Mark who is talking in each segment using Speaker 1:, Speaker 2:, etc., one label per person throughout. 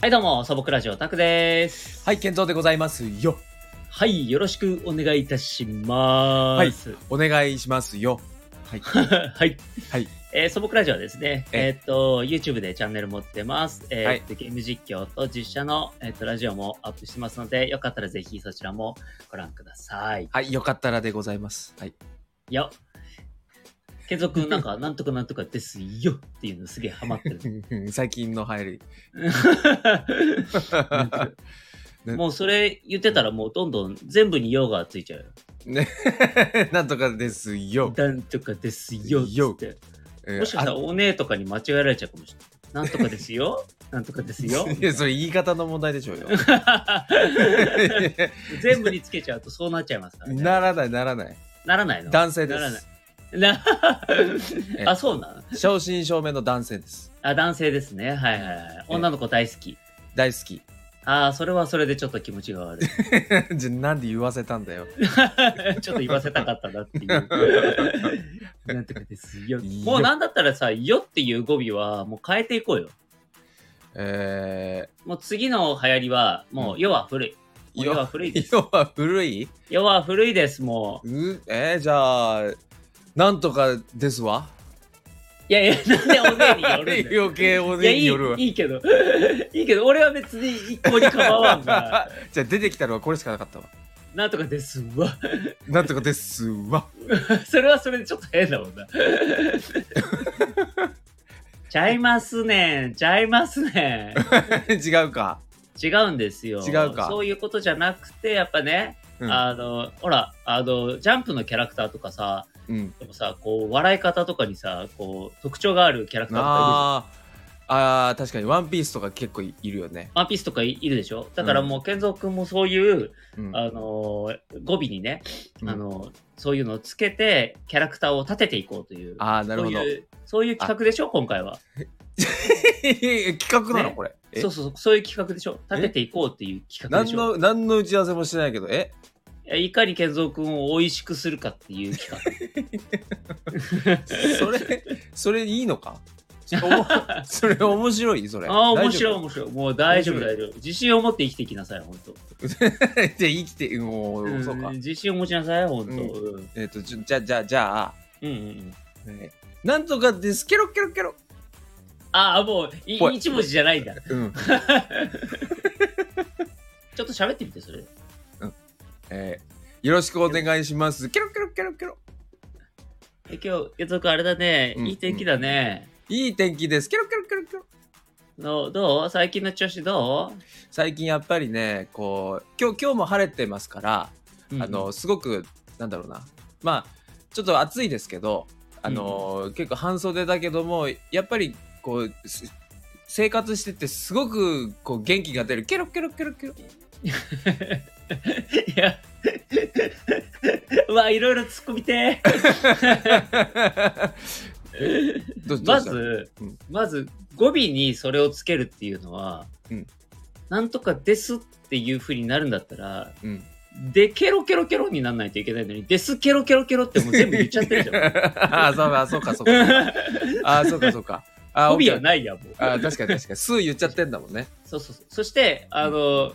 Speaker 1: はい、どうも、素朴ラジオ、タクです。
Speaker 2: はい、健三でございますよ。
Speaker 1: はい、よろしくお願いいたします。
Speaker 2: お願いしますよ。は い。
Speaker 1: はい。はい。
Speaker 2: はい
Speaker 1: えー素朴ラジオはですね、
Speaker 2: え
Speaker 1: えーっと、YouTube でチャンネル持ってます。えー
Speaker 2: はい
Speaker 1: でゲーム実況と実写の、えーっとラジオもアップしてますので、よかったらぜひそちらもご覧ください。
Speaker 2: はい、よかったらでございます。 はい。
Speaker 1: よケンゾくんなん か、なんとかなんとかですよっていうのすげえハマってる。
Speaker 2: 最近の流行り。
Speaker 1: もうそれ言ってたらもうどんどん全部に用がついちゃうよ。
Speaker 2: なんとかですよ。
Speaker 1: なんとかですよっつって。
Speaker 2: えー
Speaker 1: もしかしたらお姉とかに間違えられちゃうかもしれない。なんとかです よ。なんとかですよ
Speaker 2: あ。いや、それ言い方の問題でしょ うよ。
Speaker 1: 全部につけちゃうとそうなっちゃいますからね。な
Speaker 2: ならない、ならない。
Speaker 1: らないの
Speaker 2: 男性で
Speaker 1: ならない
Speaker 2: す。
Speaker 1: な
Speaker 2: え
Speaker 1: あ、そうなの
Speaker 2: 正真正銘の男性です。
Speaker 1: あ、男性ですね。はいはいはい。女の子大好き。
Speaker 2: 大好き。
Speaker 1: ああ、それはそれでちょっと気持ちが悪い。
Speaker 2: じゃ、なんで言わせたんだよ。
Speaker 1: ちょっと言わせたかったな っていう。なんとかですよ。もうなんだったらさ、よっていう語尾はもう変えていこうよ。
Speaker 2: え
Speaker 1: もう次の流行りは、もう、世は古い。もう
Speaker 2: ー、
Speaker 1: 世は
Speaker 2: よ、
Speaker 1: 古いです。
Speaker 2: 要は古い
Speaker 1: 世は古いです、もう。
Speaker 2: うえー、じゃあ、なんとかですわ。
Speaker 1: いやいや、なんでおねえによるんだよ。
Speaker 2: 余計 お
Speaker 1: いや、
Speaker 2: ね
Speaker 1: い
Speaker 2: によるわ
Speaker 1: い、。いいけど。 いいけど、俺は別に一向に 構わんが。
Speaker 2: じゃあ出てきたのはこれしかなかったわ。
Speaker 1: なんとかですわ。
Speaker 2: なんとかですわ。
Speaker 1: それはそれでちょっと変だもんな。ちゃいますねん、ちゃいますねん。
Speaker 2: 違うか。
Speaker 1: 違うんですよ。
Speaker 2: 違うか
Speaker 1: そういうことじゃなくて、やっぱね、
Speaker 2: うん。
Speaker 1: あの、ほら、あの、ジャンプのキャラクターとかさ、
Speaker 2: うん、
Speaker 1: でもさ、こう、笑い方とかにさ、こう、特徴があるキャラクターとかいるじゃん
Speaker 2: あーあー確かにワンピースとか結構いるよね。
Speaker 1: ワンピースとかいいるでしょだからもう、健三君もそういう、
Speaker 2: うん、
Speaker 1: あのー語尾にね、
Speaker 2: うん
Speaker 1: あのーそういうのをつけてキャラクターを立てていこうという
Speaker 2: あーなるほど。
Speaker 1: そういうそういう企画でしょ今回は
Speaker 2: 企画なの、
Speaker 1: ね
Speaker 2: これ。え
Speaker 1: そうそうそうそういう企画でしょ立てていこうっていう企画で
Speaker 2: 何
Speaker 1: しょ
Speaker 2: の何の打ち合わせもしてないけど、え
Speaker 1: えいかに健三君を美味しくするかっていう企
Speaker 2: それ、それいいのか それおもそれ面白いそれ。
Speaker 1: 画ああ面白い
Speaker 2: い。
Speaker 1: 面白いもう大丈夫
Speaker 2: 面白
Speaker 1: 大丈夫自信を持って生きていきなさい本当
Speaker 2: で、生きて、もう、そうか
Speaker 1: ん。自信を持ちなさい本当う
Speaker 2: うんん
Speaker 1: うん
Speaker 2: えっ、と、じゃ、じゃ、じゃあじゃあ、
Speaker 1: うんうん
Speaker 2: えーなんとかです、ケロケロケロ。
Speaker 1: ああもうい
Speaker 2: ぽい
Speaker 1: 一文字じゃないんだ
Speaker 2: うん。
Speaker 1: ちょっと喋ってみてそれ
Speaker 2: えーよろしくお願いします。ケロケロケロケロ。
Speaker 1: え今日健三君あれだね
Speaker 2: うん
Speaker 1: いい天気だね、
Speaker 2: いい天気です。ケロケロケロケロ。
Speaker 1: のどう最近の調子ど
Speaker 2: 最近やっぱりね、こう、今日、今日も晴れてますから、
Speaker 1: う
Speaker 2: あの、すごく、なんだろうな。まあ、ちょっと暑いですけど、あのー、結構半袖だけども、やっぱり、こう、す生活しててすごくこう元気が出るケロケロケロケロ
Speaker 1: いや うわいろいろ突っ込みてえ
Speaker 2: ど ど
Speaker 1: ま
Speaker 2: うした
Speaker 1: ず、
Speaker 2: うん
Speaker 1: まず語尾にそれをつけるっていうのは、
Speaker 2: うん
Speaker 1: なんとかですっていうふうになるんだったら
Speaker 2: うん
Speaker 1: でケロケロケロにならないといけないのにですケロケロケロってもう全部言っちゃってるじ
Speaker 2: あーそうあそうかそうか
Speaker 1: ゃん
Speaker 2: あーそうかそうかあー
Speaker 1: 語尾は
Speaker 2: オッケー
Speaker 1: ないやんもう
Speaker 2: あー確かに確かにすー言っちゃってんだもんね
Speaker 1: そうそうそうそしてあの、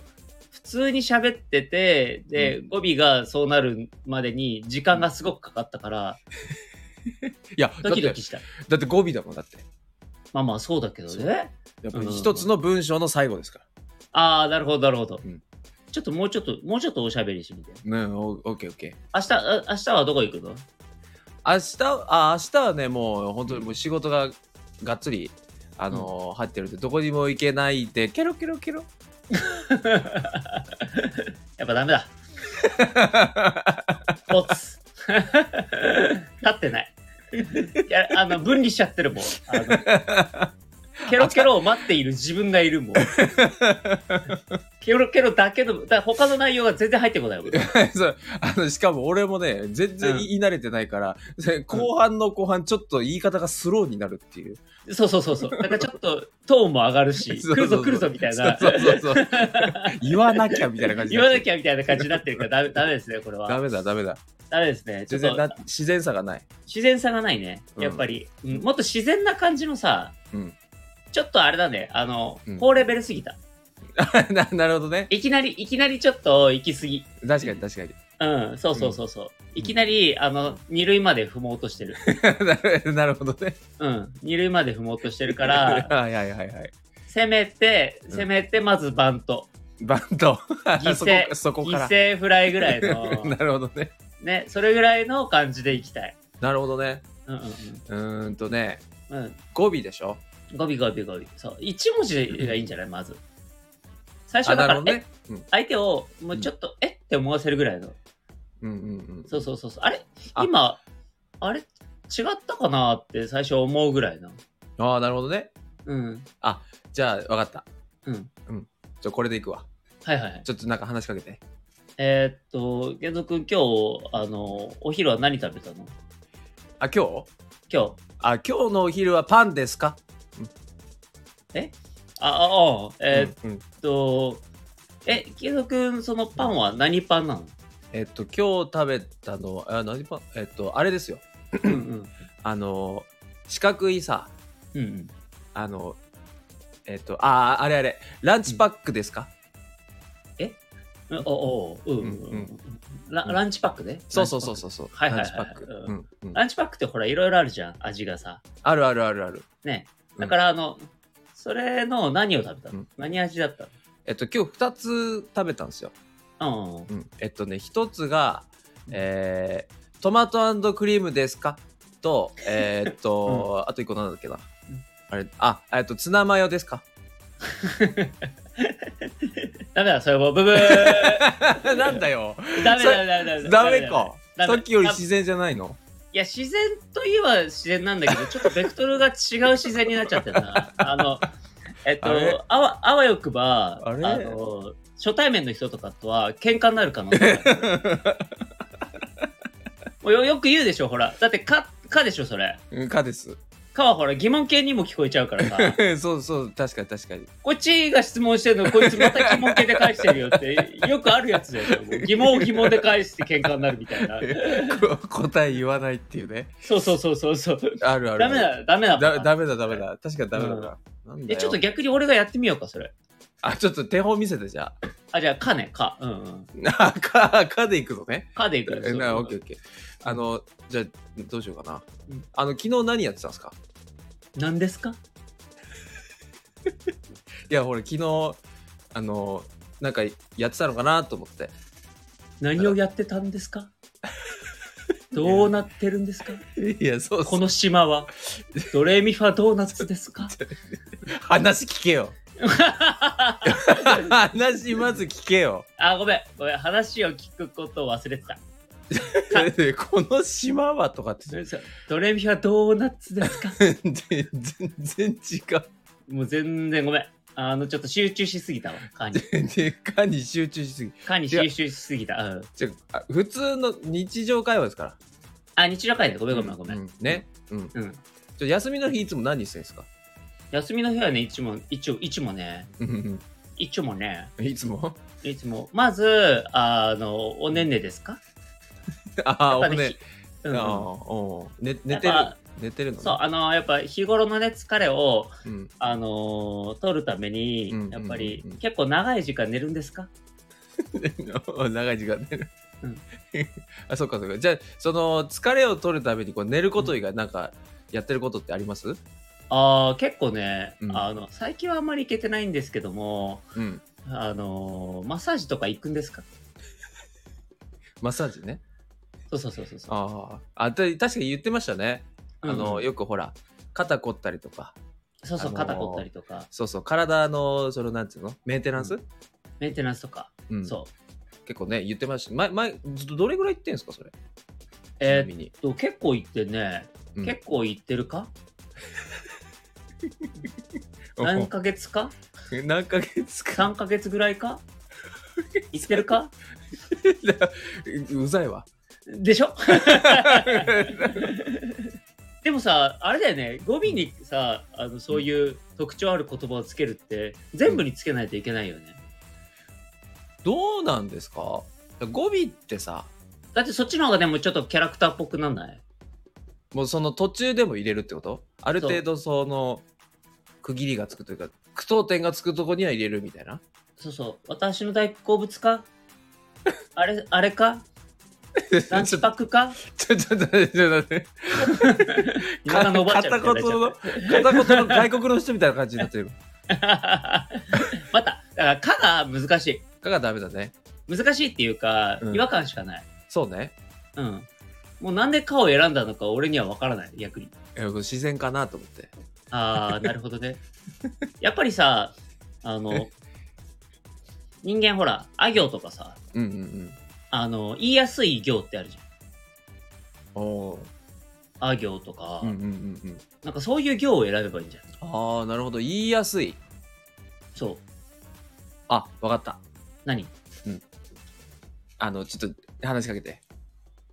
Speaker 1: 普通に喋っててで、語尾がそうなるまでに時間がすごくかかったから、
Speaker 2: いやだっ
Speaker 1: ドキ
Speaker 2: て
Speaker 1: ドキした。
Speaker 2: だって語尾だもんだって
Speaker 1: まあまあそうだけど
Speaker 2: そう
Speaker 1: ね。
Speaker 2: やっぱり一つの文章の最後ですか
Speaker 1: ああ、なるほど、なるほど、
Speaker 2: うん
Speaker 1: ちょっともうちょっと、もうちょっとおしゃべりしてみて。
Speaker 2: ら。ね、オッケーオッケー。
Speaker 1: 明日、あ明日はどこ行くの
Speaker 2: 明日、あ、明日はね、もう本当にもう仕事ががっつり、あのー入ってるんで、どこにも行けないで、ケロケロケロ。
Speaker 1: やっぱダ メだ。ボツ。立ってない。いや、あの、分離しちゃってるもん。あの ケロケロを待っている自分がいるもん。ケロケロだけの、だから他の内容が全然入ってこないもん。
Speaker 2: そうあのしかも俺もね、全然言い慣れてないから、で後半の後半、ちょっと言い方がスローになるっていう。
Speaker 1: そうそうそうそう。なんかちょっとトーンも上がるし、来るぞ来るぞみたいな。
Speaker 2: そうそうそう。言わなきゃみたいな感じ
Speaker 1: 言わな
Speaker 2: ゃ。
Speaker 1: きゃみたいな感じになってるからダメダメですね、これは。
Speaker 2: ダメだ、ダメだ。
Speaker 1: ダメですね。ちょ
Speaker 2: 全
Speaker 1: っ
Speaker 2: 然
Speaker 1: と
Speaker 2: な自然さがない。
Speaker 1: 自然さがないね。
Speaker 2: うん
Speaker 1: やっぱり、うんもっと自然な感じのさ、
Speaker 2: うん
Speaker 1: ちょっとあれだね、あの、
Speaker 2: うん
Speaker 1: 高レベルすぎた。
Speaker 2: ななるほどね
Speaker 1: いきなり、いきなりちょっと行き過ぎ。
Speaker 2: 確かに確かに
Speaker 1: うん、そうそうそうそう。いきなり、あの、二塁まで踏もうとして る。
Speaker 2: なるほどね
Speaker 1: うん、二塁まで踏もうとしてるか ら、
Speaker 2: はいはいはいはい
Speaker 1: せめて、
Speaker 2: ん
Speaker 1: せめて、まずバント。
Speaker 2: バント
Speaker 1: 犠
Speaker 2: そ
Speaker 1: 牲
Speaker 2: こ そこから
Speaker 1: 犠牲フライぐらいの
Speaker 2: な、るほどね
Speaker 1: ね、それぐらいの感じでいきたい。
Speaker 2: なるほどね
Speaker 1: うんうん
Speaker 2: うーんとね
Speaker 1: うん。うん。
Speaker 2: 語尾でしょ
Speaker 1: 語尾語尾語尾。そう。一文字がいいんじゃないまず。最初
Speaker 2: あ
Speaker 1: はだ
Speaker 2: な
Speaker 1: か
Speaker 2: る
Speaker 1: ら、
Speaker 2: ほどね
Speaker 1: え相手を、もうちょっと、えって思わせるぐらいの。
Speaker 2: うんうん
Speaker 1: そうそうそうそう。あれ
Speaker 2: あ
Speaker 1: 今、あれ違ったかなって最初思うぐらいの。
Speaker 2: うんああなるほどね
Speaker 1: うん。
Speaker 2: じゃあ分かった
Speaker 1: うん。
Speaker 2: じゃあこれでいくわ
Speaker 1: はいはいはい。
Speaker 2: ちょっとなんか話しかけて
Speaker 1: えーっと、玄く君、今日、あの、お昼は何食べたの
Speaker 2: あ今日
Speaker 1: 今日。
Speaker 2: あ今日のお昼はパンですか
Speaker 1: あ、あ、あ、えーっ
Speaker 2: うんうん
Speaker 1: と、え、玄く君、そのパンは何パンなの
Speaker 2: えっと今日食べたのはあ何パンえっとあれですよ
Speaker 1: うんうん。
Speaker 2: あの四角いさ
Speaker 1: うんうん。
Speaker 2: あのえっとあああれあれランチパックですか、
Speaker 1: うんおおううんうん
Speaker 2: うん
Speaker 1: う
Speaker 2: うん
Speaker 1: んラランチパックね
Speaker 2: そうそうそうそうそう
Speaker 1: はいはいはい
Speaker 2: ランチパック
Speaker 1: う
Speaker 2: うんうん
Speaker 1: ランチパックってほらいろいろあるじゃん味がさ
Speaker 2: あるあるあるある
Speaker 1: ね
Speaker 2: うん
Speaker 1: だからあの、それの何を食べたの、
Speaker 2: うん
Speaker 1: 何味だった
Speaker 2: えっと今日2つ食べたんですよ、
Speaker 1: のうんうん
Speaker 2: うんえっとね1つがえー、トマトクリームですかとえーっと、あと1個なんだっけな、
Speaker 1: うん
Speaker 2: あれあえっとツナマヨで すか
Speaker 1: ダメだそれもブ ブー
Speaker 2: なんだよ
Speaker 1: ダメだダメだダメだ
Speaker 2: ダメか
Speaker 1: ダメ
Speaker 2: さっきより
Speaker 1: あ
Speaker 2: 自然じゃないの
Speaker 1: いや自然といえば自然なんだ けどちょっとベクトルが違う自然になっちゃってるなあのえっ
Speaker 2: あれ
Speaker 1: とあわあわよくば
Speaker 2: あれ
Speaker 1: の初対面の人とかとは喧嘩になる可能性がある もうよよく言うでしょ、ほら。だって、か、かでしょ、それ。
Speaker 2: うんかです
Speaker 1: かはほら、疑問形にも聞こえちゃうからさ。
Speaker 2: そうそう確かに確かに
Speaker 1: こっちが質問してるのにこいつまた疑問形で返してるよって、よくあるやつだよね。もう疑問を疑問で返して喧嘩になるみたいな。
Speaker 2: こ答え言わないっていうね
Speaker 1: そうそうそうそうそう。
Speaker 2: あるある
Speaker 1: ダメだ、ダメだ。
Speaker 2: だダメだダメだ確かにダメだな,、なんだ
Speaker 1: え、
Speaker 2: よ
Speaker 1: ちょっと逆に俺がやってみようか、それ。
Speaker 2: あちょっと手本見せてじゃあ
Speaker 1: あ、じゃあ、かね、か。うんうん。
Speaker 2: あかかでいくのね
Speaker 1: かでいくよ
Speaker 2: えなオッケーオッケーあのじゃあどうしようかな、
Speaker 1: うん
Speaker 2: あの昨日何やってたんですか
Speaker 1: 何ですか
Speaker 2: いやほら昨日あのなんかやってたのかなと思って
Speaker 1: 何をやってたんですかどうなってるんですか
Speaker 2: いやそう
Speaker 1: こ
Speaker 2: そう
Speaker 1: の島は。ドレミファドーナツです か
Speaker 2: 話聞け よ話まず聞けよ
Speaker 1: あ、ごめん、ごめん、話を聞くことを忘れてた。
Speaker 2: この島はとかって
Speaker 1: そうドレミファドーナツですか
Speaker 2: 全然違う
Speaker 1: もう全然ごめん。あの、ちょっと集中しすぎたわ、カ に。
Speaker 2: でかに集中しすぎ
Speaker 1: カに集中しすぎた。うん、
Speaker 2: じゃあ普通の日常会話ですから
Speaker 1: あ、日常会でごめんごめんごめん。
Speaker 2: う
Speaker 1: うん。
Speaker 2: ね、うん、じゃあ休みの日いつも何してるんですか
Speaker 1: 休みの日はね、いつも、一応、いつもね、
Speaker 2: うん
Speaker 1: いつもね、
Speaker 2: うんいつも
Speaker 1: いつも、まず、あの、おねんねですか
Speaker 2: あ
Speaker 1: やっ
Speaker 2: あお
Speaker 1: ぱ
Speaker 2: ね、
Speaker 1: うん
Speaker 2: ああ
Speaker 1: うん
Speaker 2: おう寝寝てる
Speaker 1: やっぱ
Speaker 2: 寝てるのね
Speaker 1: そう、あの、やっぱ日頃のね、疲れを、
Speaker 2: うん、
Speaker 1: あのー取るために
Speaker 2: うん、
Speaker 1: やっぱり、
Speaker 2: うんうん
Speaker 1: 結構長い時間寝るんですか
Speaker 2: 長い時間寝る、
Speaker 1: うん
Speaker 2: あそっかそっかじゃあその疲れを取るためにこう寝ること以外なんかやってることってあります
Speaker 1: ああ、結構ね、
Speaker 2: うん
Speaker 1: あの、最近はあんまり行けてないんですけども、
Speaker 2: うん
Speaker 1: あのーマッサージとか行くんですか
Speaker 2: マッサージね
Speaker 1: そうそうそうそうそう。
Speaker 2: あああで確かに言ってましたね、あ
Speaker 1: うんう
Speaker 2: の
Speaker 1: ん
Speaker 2: よくほら肩凝ったりとか
Speaker 1: そうそう、
Speaker 2: あのー
Speaker 1: 肩凝ったりとか、
Speaker 2: そうそう体のそのなんていうのメンテナンス、
Speaker 1: メンテナンスとか、
Speaker 2: うん
Speaker 1: そう。
Speaker 2: 結構ね言ってました前前どどれぐらい行ってんですかそれ
Speaker 1: え
Speaker 2: ちなみ
Speaker 1: ーっ
Speaker 2: に、
Speaker 1: と、結構行ってね、
Speaker 2: うん
Speaker 1: 結構行ってるか何ヶ月か
Speaker 2: 何ヶ月か
Speaker 1: ?3 ヶ月ぐらいか行ってるか
Speaker 2: うざ いわ
Speaker 1: でしょでもさ、あれだよね、語尾にさ、あのそういう特徴ある言葉をつけるって、全部につけないといけないよね。
Speaker 2: どうなんですか語尾ってさ
Speaker 1: だってそっちの方がでもちょっとキャラクターっぽくなんない
Speaker 2: もうその途中でも入れるってことある程度その区切りがつくというか句読点がつくとこには入れるみたいな
Speaker 1: そうそう、私の大好物かあれ、あれ かランチパックか
Speaker 2: ちょちょちょちょちょちょ
Speaker 1: 田舎のおばあちゃん
Speaker 2: 片
Speaker 1: みたいに
Speaker 2: 言
Speaker 1: なっ
Speaker 2: の
Speaker 1: ち
Speaker 2: 片言の外国の人みたいな感じになってる。
Speaker 1: ゃった また、だから、かが難し
Speaker 2: かがダメだね。
Speaker 1: い。難しいっていうか、
Speaker 2: うん
Speaker 1: 違和感しかない。
Speaker 2: そうね。
Speaker 1: うん。もうなんでかを選んだのか俺には分からない、逆に。
Speaker 2: いやこれ自然かなと思って。
Speaker 1: ああ、なるほどね。やっぱりさ、あの、人間ほら、あ行とかさ、
Speaker 2: うんうん
Speaker 1: あの、言いやすい行ってあるじ
Speaker 2: うん。おー
Speaker 1: ゃん。あ行とか、
Speaker 2: うんうんうんうん。
Speaker 1: なんかそういう行を選べばいいんじゃん。
Speaker 2: ああなるほど言いやすい。
Speaker 1: そう。
Speaker 2: あわかった。
Speaker 1: 何
Speaker 2: あのちょっと話しかけて。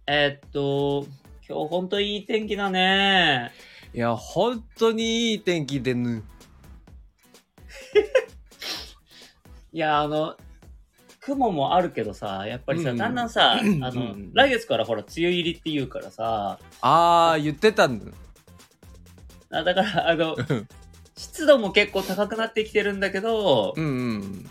Speaker 1: えーっと、今日ほんといい天気だね。
Speaker 2: いや本当にいい天気でぬ。
Speaker 1: いや、あの、雲もあるけどさ、やっぱりさ、
Speaker 2: うん
Speaker 1: だんだんさ、あ
Speaker 2: うん
Speaker 1: の
Speaker 2: うん、
Speaker 1: 来月からほら、梅雨入りって言うからさ、
Speaker 2: ああ言ってたんだ。
Speaker 1: あだから、あの、
Speaker 2: うん
Speaker 1: 湿度も結構高くなってきてるんだけど、
Speaker 2: うんうん。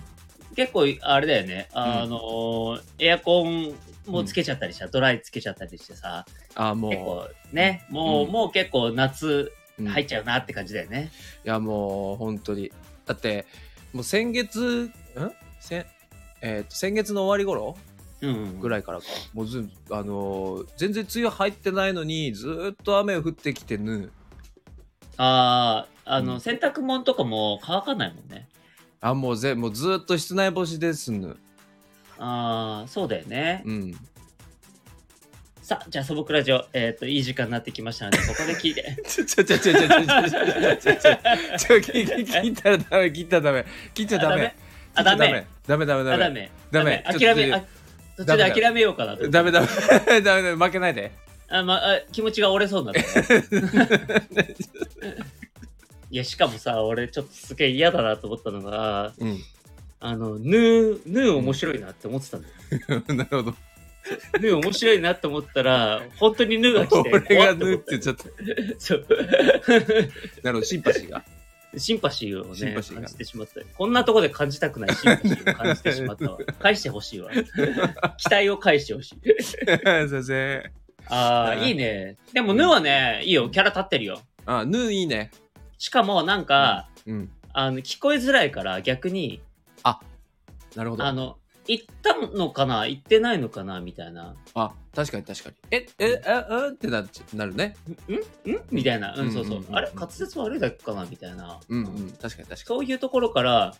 Speaker 1: 結構あれだよね、あのーエアコンもつけちゃったりした、ドライつけちゃったりしてさ、
Speaker 2: あーもう。
Speaker 1: 結構ね、もう、
Speaker 2: うん
Speaker 1: もう結構夏
Speaker 2: うん
Speaker 1: 入っちゃうなって感じだよね。
Speaker 2: いやもう本当にだってもう先月ん先,、えーと先月の終わり頃
Speaker 1: うん。
Speaker 2: ぐらいからかもうずあのー全然梅雨入ってないのにずーっと雨降ってきてぬ
Speaker 1: ああ、あの、
Speaker 2: うん
Speaker 1: 洗濯物とかも乾かないもんね。
Speaker 2: あもうぜもうずーっと室内干しですぬ
Speaker 1: ああ、そうだよね。
Speaker 2: うん
Speaker 1: さあ、じゃあ素朴ラジオ、えっ、と、いい時間になってきま したので、ここで聞いて。
Speaker 2: ちょちょちょちょちょちょちょちょちょちょ聞聞聞いたらダメ聞いたらダメ聞いちゃダメ
Speaker 1: あ、ダ
Speaker 2: 聞いち
Speaker 1: メ。
Speaker 2: ゃダメダメ
Speaker 1: あ、ダ
Speaker 2: ダメ
Speaker 1: メ。
Speaker 2: ダメ
Speaker 1: 諦
Speaker 2: ちょっと
Speaker 1: め、あ途中で諦めようかなと。
Speaker 2: ダメダメダメダメ ダメ負けないで
Speaker 1: あ、まあ、気持ちが折れそう になった。いや、しかもさ、俺ちょっとすげえ嫌だなと思ったのが、
Speaker 2: うん
Speaker 1: あの、ヌー、ヌー面白いなって思ってたん だよ。
Speaker 2: なるほど
Speaker 1: ヌー面白いなって思ったら、本当にヌーが来て、
Speaker 2: 俺
Speaker 1: 怖
Speaker 2: が
Speaker 1: っ
Speaker 2: ぬ
Speaker 1: て思
Speaker 2: っ
Speaker 1: って
Speaker 2: 言っちゃった
Speaker 1: たそう。
Speaker 2: なるほどシンパシーが
Speaker 1: シンパシーを
Speaker 2: シン
Speaker 1: ね、
Speaker 2: パシーが
Speaker 1: 感じてしまった。こんなとこで感じたくないシンパシーを感じてしまった わ。返してほしいわ。期待を返してほしい。
Speaker 2: 先生。
Speaker 1: ああ、いいね。でも、ヌーはね、いいよ。キャラ立ってるよ。
Speaker 2: あ、ヌーいいね。
Speaker 1: しかも、なんか、
Speaker 2: うん。
Speaker 1: あの、聞こえづらいから、逆に、
Speaker 2: なるほど。
Speaker 1: あ
Speaker 2: あ
Speaker 1: の、行ったのかな行ってないのかなみたいな。
Speaker 2: 確かに確かに。え、え、え、うんってなっちなるね。
Speaker 1: んんみたいな。う
Speaker 2: うん
Speaker 1: ん、そうそううん
Speaker 2: うん。うん
Speaker 1: あれ滑舌悪いだけかなみたいな。
Speaker 2: うんうん。確かに確かに。
Speaker 1: そういうところから、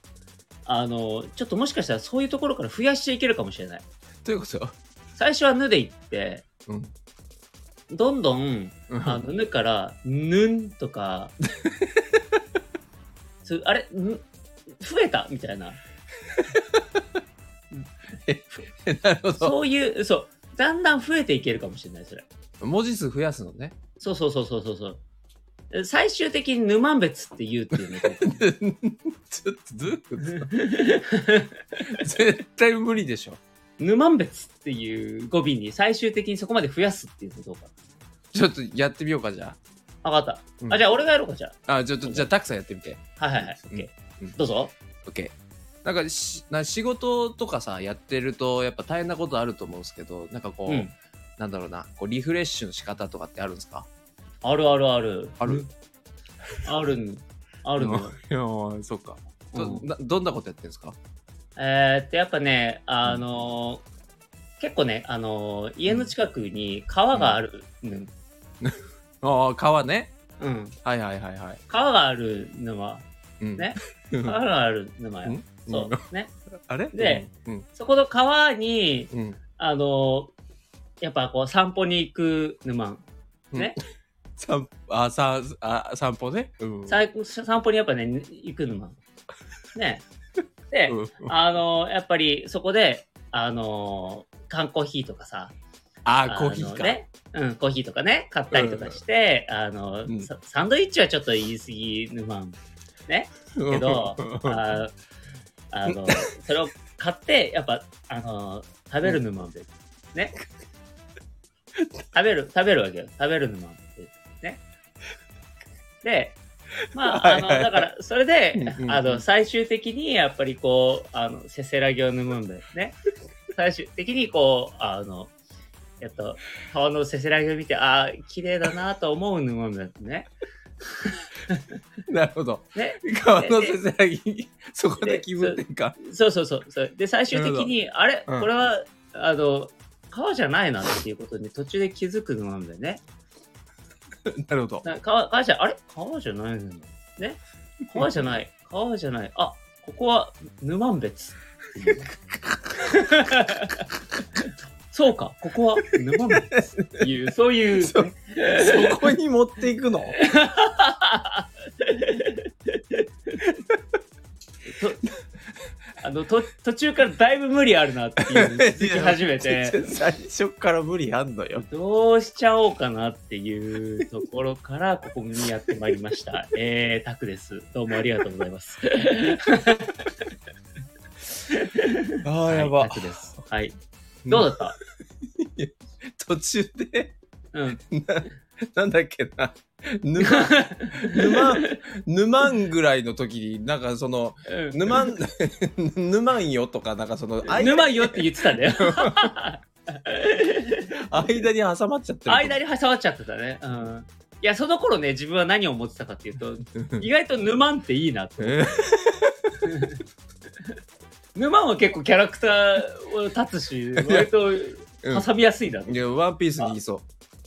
Speaker 1: あの、ちょっともしかしたらそういうところから増やしていけるかもしれない。
Speaker 2: ということ
Speaker 1: 最初はぬで行って、
Speaker 2: うん
Speaker 1: どんどん、
Speaker 2: うん
Speaker 1: あの、ぬから、ぬんとか、そうあれ、ぬ増えたみたいな。
Speaker 2: なるほど。
Speaker 1: そういう、そう。だんだん増えていけるかもしれない、それ。
Speaker 2: 文字数増やすのね。
Speaker 1: そうそうそうそうそうそう。え最終的に沼別って言うっていうのと
Speaker 2: ちょっとどういうこ と絶対無理でしょ。
Speaker 1: 沼別っていう語尾に最終的にそこまで増やすっていうのどうか
Speaker 2: ちょっとやってみようか、じゃ
Speaker 1: な。わかった。
Speaker 2: うん
Speaker 1: あ、じゃあ俺がやろうか、じゃ
Speaker 2: あ。あ、ちょっと、じゃあ、たくさんやってみて。
Speaker 1: あ。はいはいはい。オ
Speaker 2: うん
Speaker 1: ッケ
Speaker 2: うん
Speaker 1: ー。どうぞ。
Speaker 2: オッケー。なんかしな仕事とかさやってるとやっぱ大変なことあると思うんですけどなんかこう、
Speaker 1: うん。
Speaker 2: なんだろうなこうリフレッシュの仕方とかってあるんですか
Speaker 1: あるあるある。
Speaker 2: ある
Speaker 1: あるん。あるの。
Speaker 2: いやーそうかど,、
Speaker 1: うん
Speaker 2: などんなことやってるんですか
Speaker 1: えーっと、やっぱね、あのー、結構ね、あのー、家の近くに川がある。うん。
Speaker 2: ああ川ね
Speaker 1: うん。
Speaker 2: はいはいはいはい、
Speaker 1: 川がある沼。
Speaker 2: うん
Speaker 1: ね川がある沼よ
Speaker 2: ん。
Speaker 1: そう。ね。
Speaker 2: あれ
Speaker 1: で、
Speaker 2: うん
Speaker 1: そこの川に、
Speaker 2: うん
Speaker 1: あのやっぱこう散歩に行く沼ね、
Speaker 2: 散あさあ散歩ね、うん
Speaker 1: さい散歩にやっぱね行く沼 ねで、
Speaker 2: うん
Speaker 1: あのやっぱりそこであの缶コーヒーとかさ
Speaker 2: あ
Speaker 1: あ
Speaker 2: コーヒー
Speaker 1: の
Speaker 2: か、
Speaker 1: ねうん、コーヒーとかね買ったりとかして、あの、
Speaker 2: うん
Speaker 1: ササンドイッチはちょっと言い過ぎ沼
Speaker 2: うん
Speaker 1: けどああのそれを買ってやっぱあの食べる沼で、ね食べる食べるわけよ食べる沼でねでまあ、
Speaker 2: は
Speaker 1: あ
Speaker 2: い
Speaker 1: の、
Speaker 2: はいはい
Speaker 1: だから、それで
Speaker 2: うんうんう、ん
Speaker 1: あの、最終的に、やっぱりこう、あの、せせらぎを飲むんだよね。最終的に、こう、あの、えっと、川のせせらぎを見て、ああ、綺麗だなと思うのもんだよね。
Speaker 2: なるほど。
Speaker 1: ね。
Speaker 2: 川のせせらぎ、そこで気分転換。
Speaker 1: そうそうそう。そうで、最終的に、あれ、
Speaker 2: うん
Speaker 1: これは、あの、川じゃないなっていうことに途中で気づくのなんだよね。
Speaker 2: なる ほど。
Speaker 1: な川川じゃ、あれ川じゃないのね川じゃない。川じゃない。あ、ここは沼ん別。 そうか、ここは沼ん別っていう、そういう、
Speaker 2: そ
Speaker 1: ね
Speaker 2: そこに持っていくの
Speaker 1: とあのと途中からだいぶ無理あるなっていうのに気づき始め
Speaker 2: いや
Speaker 1: て、
Speaker 2: 最初から無理あんのよ。
Speaker 1: どうしちゃおうかなっていうところから、 ここにやってまいりました。えー、タクです。どうもありがとうございます。
Speaker 2: ああ、
Speaker 1: はい
Speaker 2: やば
Speaker 1: タ。クです。はい。どうだった
Speaker 2: 途中で、
Speaker 1: うん。
Speaker 2: ななんだっけな。沼、 沼、沼んぐらいの時に、なんかその、
Speaker 1: うん
Speaker 2: 沼ん、 沼んよとか、なんかその、間に
Speaker 1: 沼よって言ってたんだよ。
Speaker 2: 間に挟まっちゃってる。
Speaker 1: 間に挟まっちゃってたね。うん。いや、その頃ね、自分は何を思ってたかっていうと、意外と沼んっていいなって。
Speaker 2: え
Speaker 1: 沼は結構キャラクターを立つし、割と
Speaker 2: うん
Speaker 1: 挟みやすいなと。
Speaker 2: いや、ワンピースにいそ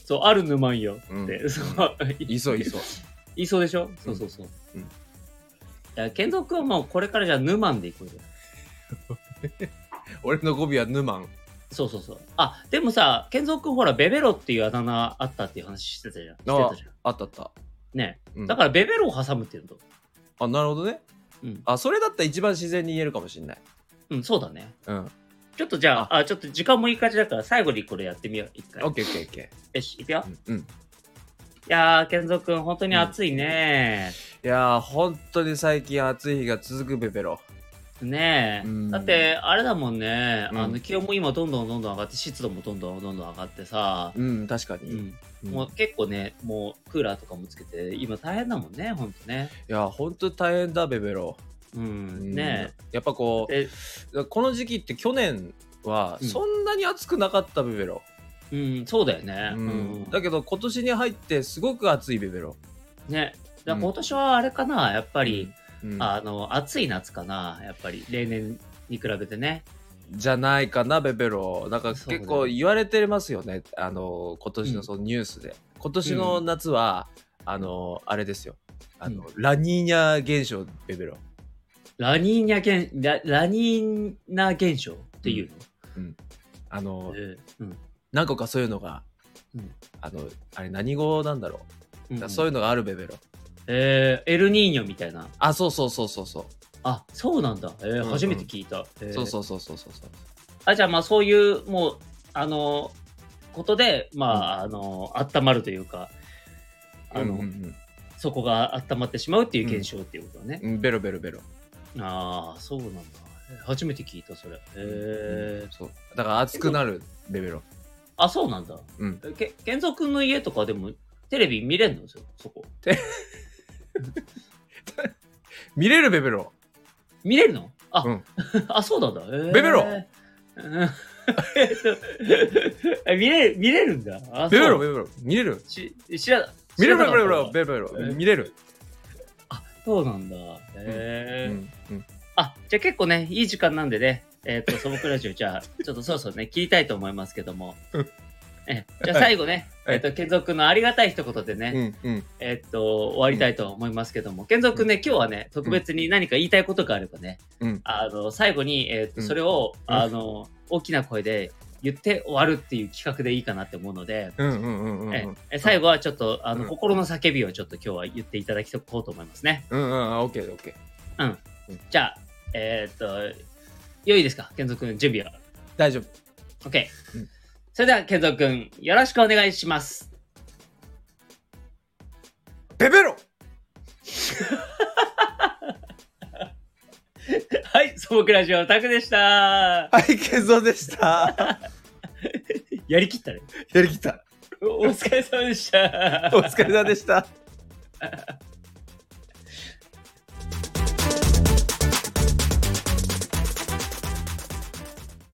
Speaker 1: そう、ある沼んよって。
Speaker 2: う
Speaker 1: そう。
Speaker 2: う。いそういそう。
Speaker 1: いそうでしょそうそうそう。
Speaker 2: うん
Speaker 1: いや、健三君はもうこれからじゃあ沼んでいこうよ。
Speaker 2: 俺の語尾は沼ん。
Speaker 1: そうそうそう。あ、でもさ、健三君ほら、ベベロっていうあだ名あったっていう話してたじゃん。して
Speaker 2: あ
Speaker 1: たじゃん。
Speaker 2: あったあった。
Speaker 1: ね。
Speaker 2: うん
Speaker 1: だからベベロを挟むっていうのと。
Speaker 2: あ、なるほどね。
Speaker 1: うん、
Speaker 2: あ、それだったら一番自然に言えるかもしれない。
Speaker 1: うん、そうだね。
Speaker 2: うん。
Speaker 1: ちょっとじゃあ、あちょっと時間もいい感じだから、最後にこれやってみよう。一回。
Speaker 2: オッ
Speaker 1: よ
Speaker 2: ケーオッケーオッケ
Speaker 1: し、いくよ
Speaker 2: ー。。うんうん。
Speaker 1: いやー、健三くん、本当に暑いね。
Speaker 2: いやー、本当に最近暑い日が続くベベロ。
Speaker 1: ねえ、
Speaker 2: うん
Speaker 1: だって、あれだもんね。
Speaker 2: うん
Speaker 1: あの、気温も今、どんどんどんどん上がって、湿度もどんどんどんどん上がってさ。
Speaker 2: うん、確か
Speaker 1: う
Speaker 2: に。
Speaker 1: ん。
Speaker 2: うん
Speaker 1: も
Speaker 2: いう
Speaker 1: 結構ね、もうクーラーとかもつけて、今大変だもんね、ほんとね。
Speaker 2: やー、本当に大変だ、ベベロ。
Speaker 1: う、
Speaker 2: うんん
Speaker 1: ね
Speaker 2: やっぱこ
Speaker 1: え。で
Speaker 2: う、この時期って去年は
Speaker 1: うん
Speaker 2: そんなに暑くなかったベベロ。
Speaker 1: うん、そうだよね。
Speaker 2: う
Speaker 1: うんん。
Speaker 2: だけど今年に入ってすごく暑いベベロ。
Speaker 1: ね。だから今年はあれかな、やっぱり。
Speaker 2: うん
Speaker 1: あの暑い夏かなやっぱり例年に比べてね
Speaker 2: じゃないかなベベロなんか
Speaker 1: そうだね
Speaker 2: 結構言われてますよねあの今年のそのニュースで、今年の夏は、あのあれですよあの、ラニーニャ現象ベベロ
Speaker 1: ラニーニャ現ララニーナ現象っていう
Speaker 2: あ
Speaker 1: の、
Speaker 2: の
Speaker 1: えーうん
Speaker 2: 何個かそういうのが、
Speaker 1: うん
Speaker 2: あのあれ何語なんだろ
Speaker 1: う
Speaker 2: う、
Speaker 1: ん
Speaker 2: そういうのがあるベベロ
Speaker 1: えーエルニーニョみたいな
Speaker 2: あそうそうそうそうそう、
Speaker 1: あそうなんだ、えー
Speaker 2: んうん
Speaker 1: 初めて聞いた、えー
Speaker 2: そうそうそうそうそうそう
Speaker 1: あじゃあまあそういうもうあのことでまあ、あの温まるというかあの、
Speaker 2: うんうん
Speaker 1: そこが温まってしまうっていう現象っていうことだね、
Speaker 2: うんうんベロベロベロ、
Speaker 1: ああそうなんだえー初めて聞いたそれへえー
Speaker 2: うんそうだから暑くなるベベロ
Speaker 1: あ、そうなんだ。
Speaker 2: うん
Speaker 1: えけ、健三くんの家とかでもテレビ見れんのそそこ。
Speaker 2: 見れるベベロ
Speaker 1: 見れるのあ、
Speaker 2: うん
Speaker 1: あ、そうなんだ。 えー
Speaker 2: ベベ
Speaker 1: う
Speaker 2: ロ
Speaker 1: んえっと え見れる、見れるんだ。あ
Speaker 2: ベベロ
Speaker 1: そう
Speaker 2: ベベロ見れる
Speaker 1: し知ら
Speaker 2: 見れ
Speaker 1: 知ら
Speaker 2: るベ
Speaker 1: な
Speaker 2: ベ
Speaker 1: か
Speaker 2: ロ
Speaker 1: った
Speaker 2: ベベロ
Speaker 1: えー
Speaker 2: 見れる、
Speaker 1: そうなんだ。えー
Speaker 2: うんうん
Speaker 1: あ、じゃあ結構ね、いい時間なんでね、えっ、と、 素朴ラジオ、じゃあ、ちょっとそろそろね、切りたいと思いますけども。えじゃあ最後ね、
Speaker 2: はい
Speaker 1: えっ、と、健三くんのありがたい一言でね、
Speaker 2: うんうん
Speaker 1: えっと、終わりたいと思いますけども、健三くんね、今日はね、特別に何か言いたいことがあればね、
Speaker 2: うん
Speaker 1: あの、最後に、えっと、
Speaker 2: うん
Speaker 1: それを、
Speaker 2: うん
Speaker 1: あの、大きな声で言って終わるっていう企画でいいかなって思うので、
Speaker 2: うんうんうんうんうん
Speaker 1: ええ最後はちょっと、あの、
Speaker 2: うん
Speaker 1: 心の叫びをちょっと今日は言っていただきこうと思いますね。
Speaker 2: うんうんオッケーオッケー
Speaker 1: じゃあ、えっと、良いですか健三くん、準備は。
Speaker 2: 大丈夫
Speaker 1: OK
Speaker 2: うん。
Speaker 1: それでは、健三くん、よろしくお願いします。
Speaker 2: ベベロ
Speaker 1: はい、素朴ラジオ、タクでした。
Speaker 2: はい健三でした
Speaker 1: やりきったね。
Speaker 2: やりきった
Speaker 1: おお疲れ様でした。
Speaker 2: お疲れ様でした